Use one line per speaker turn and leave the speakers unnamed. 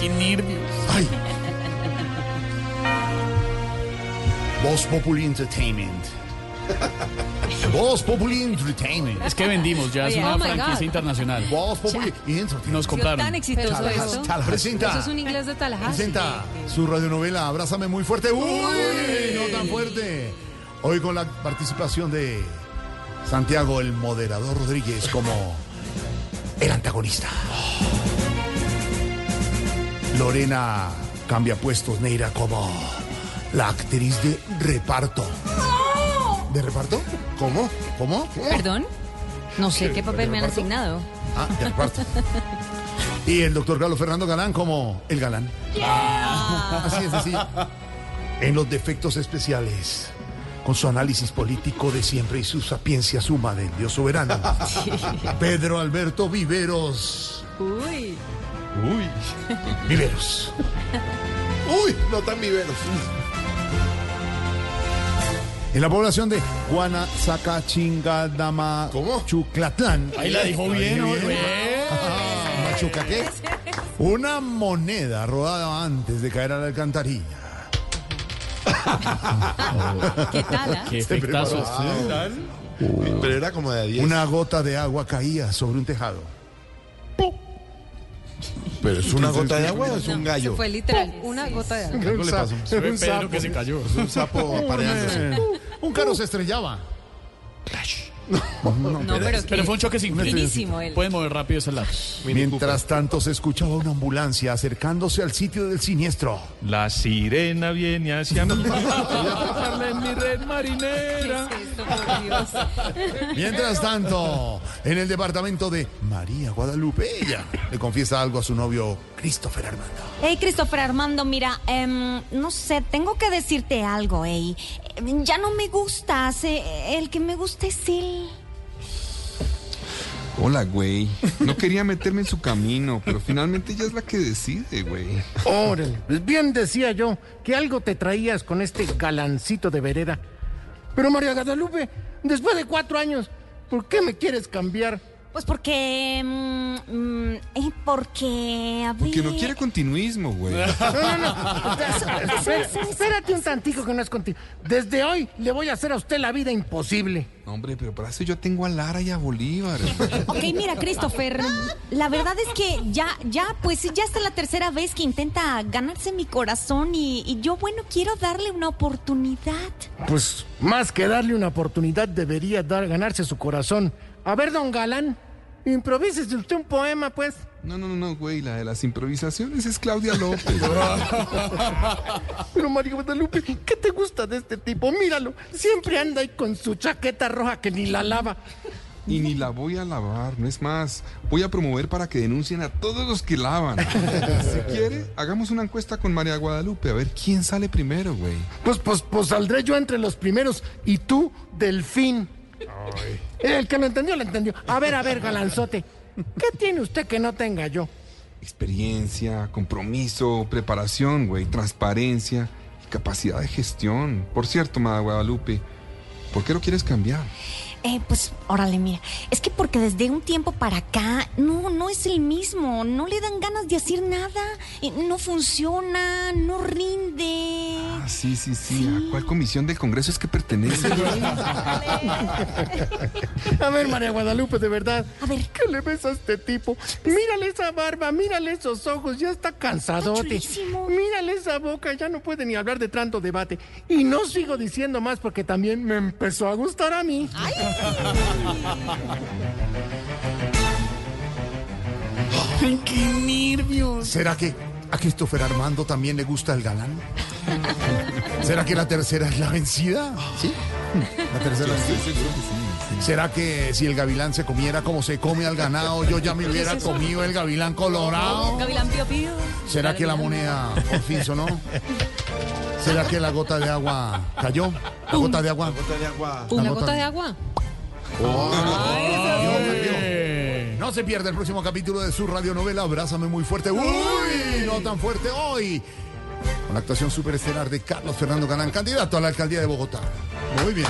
qué nervios.
Ay. Voz Populi Entertainment. Voz Populi Entertainment.
Es que vendimos, ya es
Oye,
una
oh my
franquicia
God.
internacional.
Voz Populi Entertainment.
Nos compraron.
Tan exitoso
Tallahassee,
esto.
Tallahassee. Presenta.
Eso es un inglés de Tallahassee.
Presenta su radionovela Abrázame muy fuerte. Uy, no tan fuerte. Hoy con la participación de Santiago el moderador Rodríguez como el antagonista. Lorena cambia puestos Neira como la actriz de reparto. ¿De reparto? ¿Cómo? ¿Cómo?
¿Perdón? No sé
¿Qué?
qué papel me han
¿Reparto?
asignado.
Ah, de reparto. Y el doctor Carlos Fernando Galán como el galán. Así es, así. En los defectos especiales, con su análisis político de siempre y su sapiencia suma del Dios soberano, Pedro Alberto Viveros.
Uy.
Uy.
Viveros.
Uy, no tan viveros.
En la población de Guanazacachingadama,
¿Cómo?
Chuclatlán.
Ahí la dijo bien,
Ahí bien.
hombre.
Ah, Machuca, ¿qué? Una moneda rodada antes de caer a la alcantarilla.
¿Qué tal? ah?
Qué
Se preparó.
efectazo.
Pero era como de 10.
Una gota de agua caía sobre un tejado.
Pero es una gota de agua o es un gallo.
Se fue literal. Una gota de agua.
Algo le pasó.
Era
Fue
un
Pedro
sapo.
que se cayó.
Un sapo apareándose.
Un carro se estrellaba.
No, pero
Pero
qué
fue un choque sin freno.
Finísimo él.
Pueden mover rápido ese lado.
Mientras tanto se escuchaba una ambulancia acercándose al sitio del siniestro.
La sirena viene hacia mí. Voy a tocarla en mi red marinera.
¿Qué es esto, por Dios?
Mientras tanto, en el departamento de María Guadalupe, ella le confiesa algo a su novio Christopher Armando.
Hey, Christopher Armando, mira, em, no sé, tengo que decirte algo, hey. Em, Ya no me gustas, eh, el que me gusta es él.
Hola, güey. No quería meterme en su camino, pero finalmente ella es la que decide, güey.
Órale, pues bien decía yo que algo te traías con este galancito de vereda. Pero María Guadalupe, después de cuatro años, ¿por qué me quieres cambiar?
Pues porque... mm, mm, eh, porque... a
Porque no
ver-
quiere continuismo, güey.
No, no, no. Espera, espera, Espérate un tantico que no es contigo. Desde hoy le voy a hacer a usted la vida imposible.
No, hombre, pero para eso yo tengo a Lara y a Bolívar. güey.
Ok, mira, Christopher, la verdad es que ya, ya, pues ya está la tercera vez que intenta ganarse mi corazón y, y yo, bueno, quiero darle una oportunidad.
Pues más que darle una oportunidad, debería dar, ganarse su corazón. A ver, don Galán, improvísese usted un poema, pues.
No, no, no, no, güey. La de las improvisaciones es Claudia López.
Pero María Guadalupe, ¿qué te gusta de este tipo? Míralo, siempre anda ahí con su chaqueta roja que ni la lava.
Y ni la voy a lavar, no es más. Voy a promover para que denuncien a todos los que lavan. Si quiere, hagamos una encuesta con María Guadalupe a ver quién sale primero, güey.
Pues, pues, pues saldré yo entre los primeros y tú, delfín. El que lo entendió, lo entendió. A ver, a ver, galanzote. ¿Qué tiene usted que no tenga yo?
Experiencia, compromiso, preparación, güey, transparencia y capacidad de gestión. Por cierto, Madre Guadalupe, ¿por qué lo quieres cambiar?
Eh, pues, órale, mira. Es que porque desde un tiempo para acá, no, no es el mismo. No le dan ganas de hacer nada. eh, No funciona, no rinde.
Ah, sí, sí, sí. ¿A cuál comisión del Congreso es que pertenece?
A ver, María Guadalupe, de verdad.
A ver.
¿Qué le ves a este tipo? Mírale esa barba, mírale esos ojos, ya está cansadote.
Está chulísimo.
Mírale esa boca, ya no puede ni hablar de tanto debate. Y no sigo diciendo más porque también me empezó a gustar a mí.
Ay, qué nervios.
¿Será que a Christopher Armando también le gusta el galán? ¿Será que la tercera es la vencida? Sí. La tercera es la vencida. ¿Será que si el gavilán se comiera como se come al ganado, yo ya me hubiera comido el gavilán colorado?
Gavilán Pío Pío.
¿Será que la moneda por fin sonó? ¿Será que la gota de agua cayó? ¿La gota de agua?
Gota de agua.
¿Una
La
gota
gota-
de agua?
No se pierda el próximo capítulo de su radionovela Abrázame muy fuerte. ¡Uy! No tan fuerte hoy. Con la actuación superestelar de Carlos Fernando Canán, candidato a la alcaldía de Bogotá. Muy bien.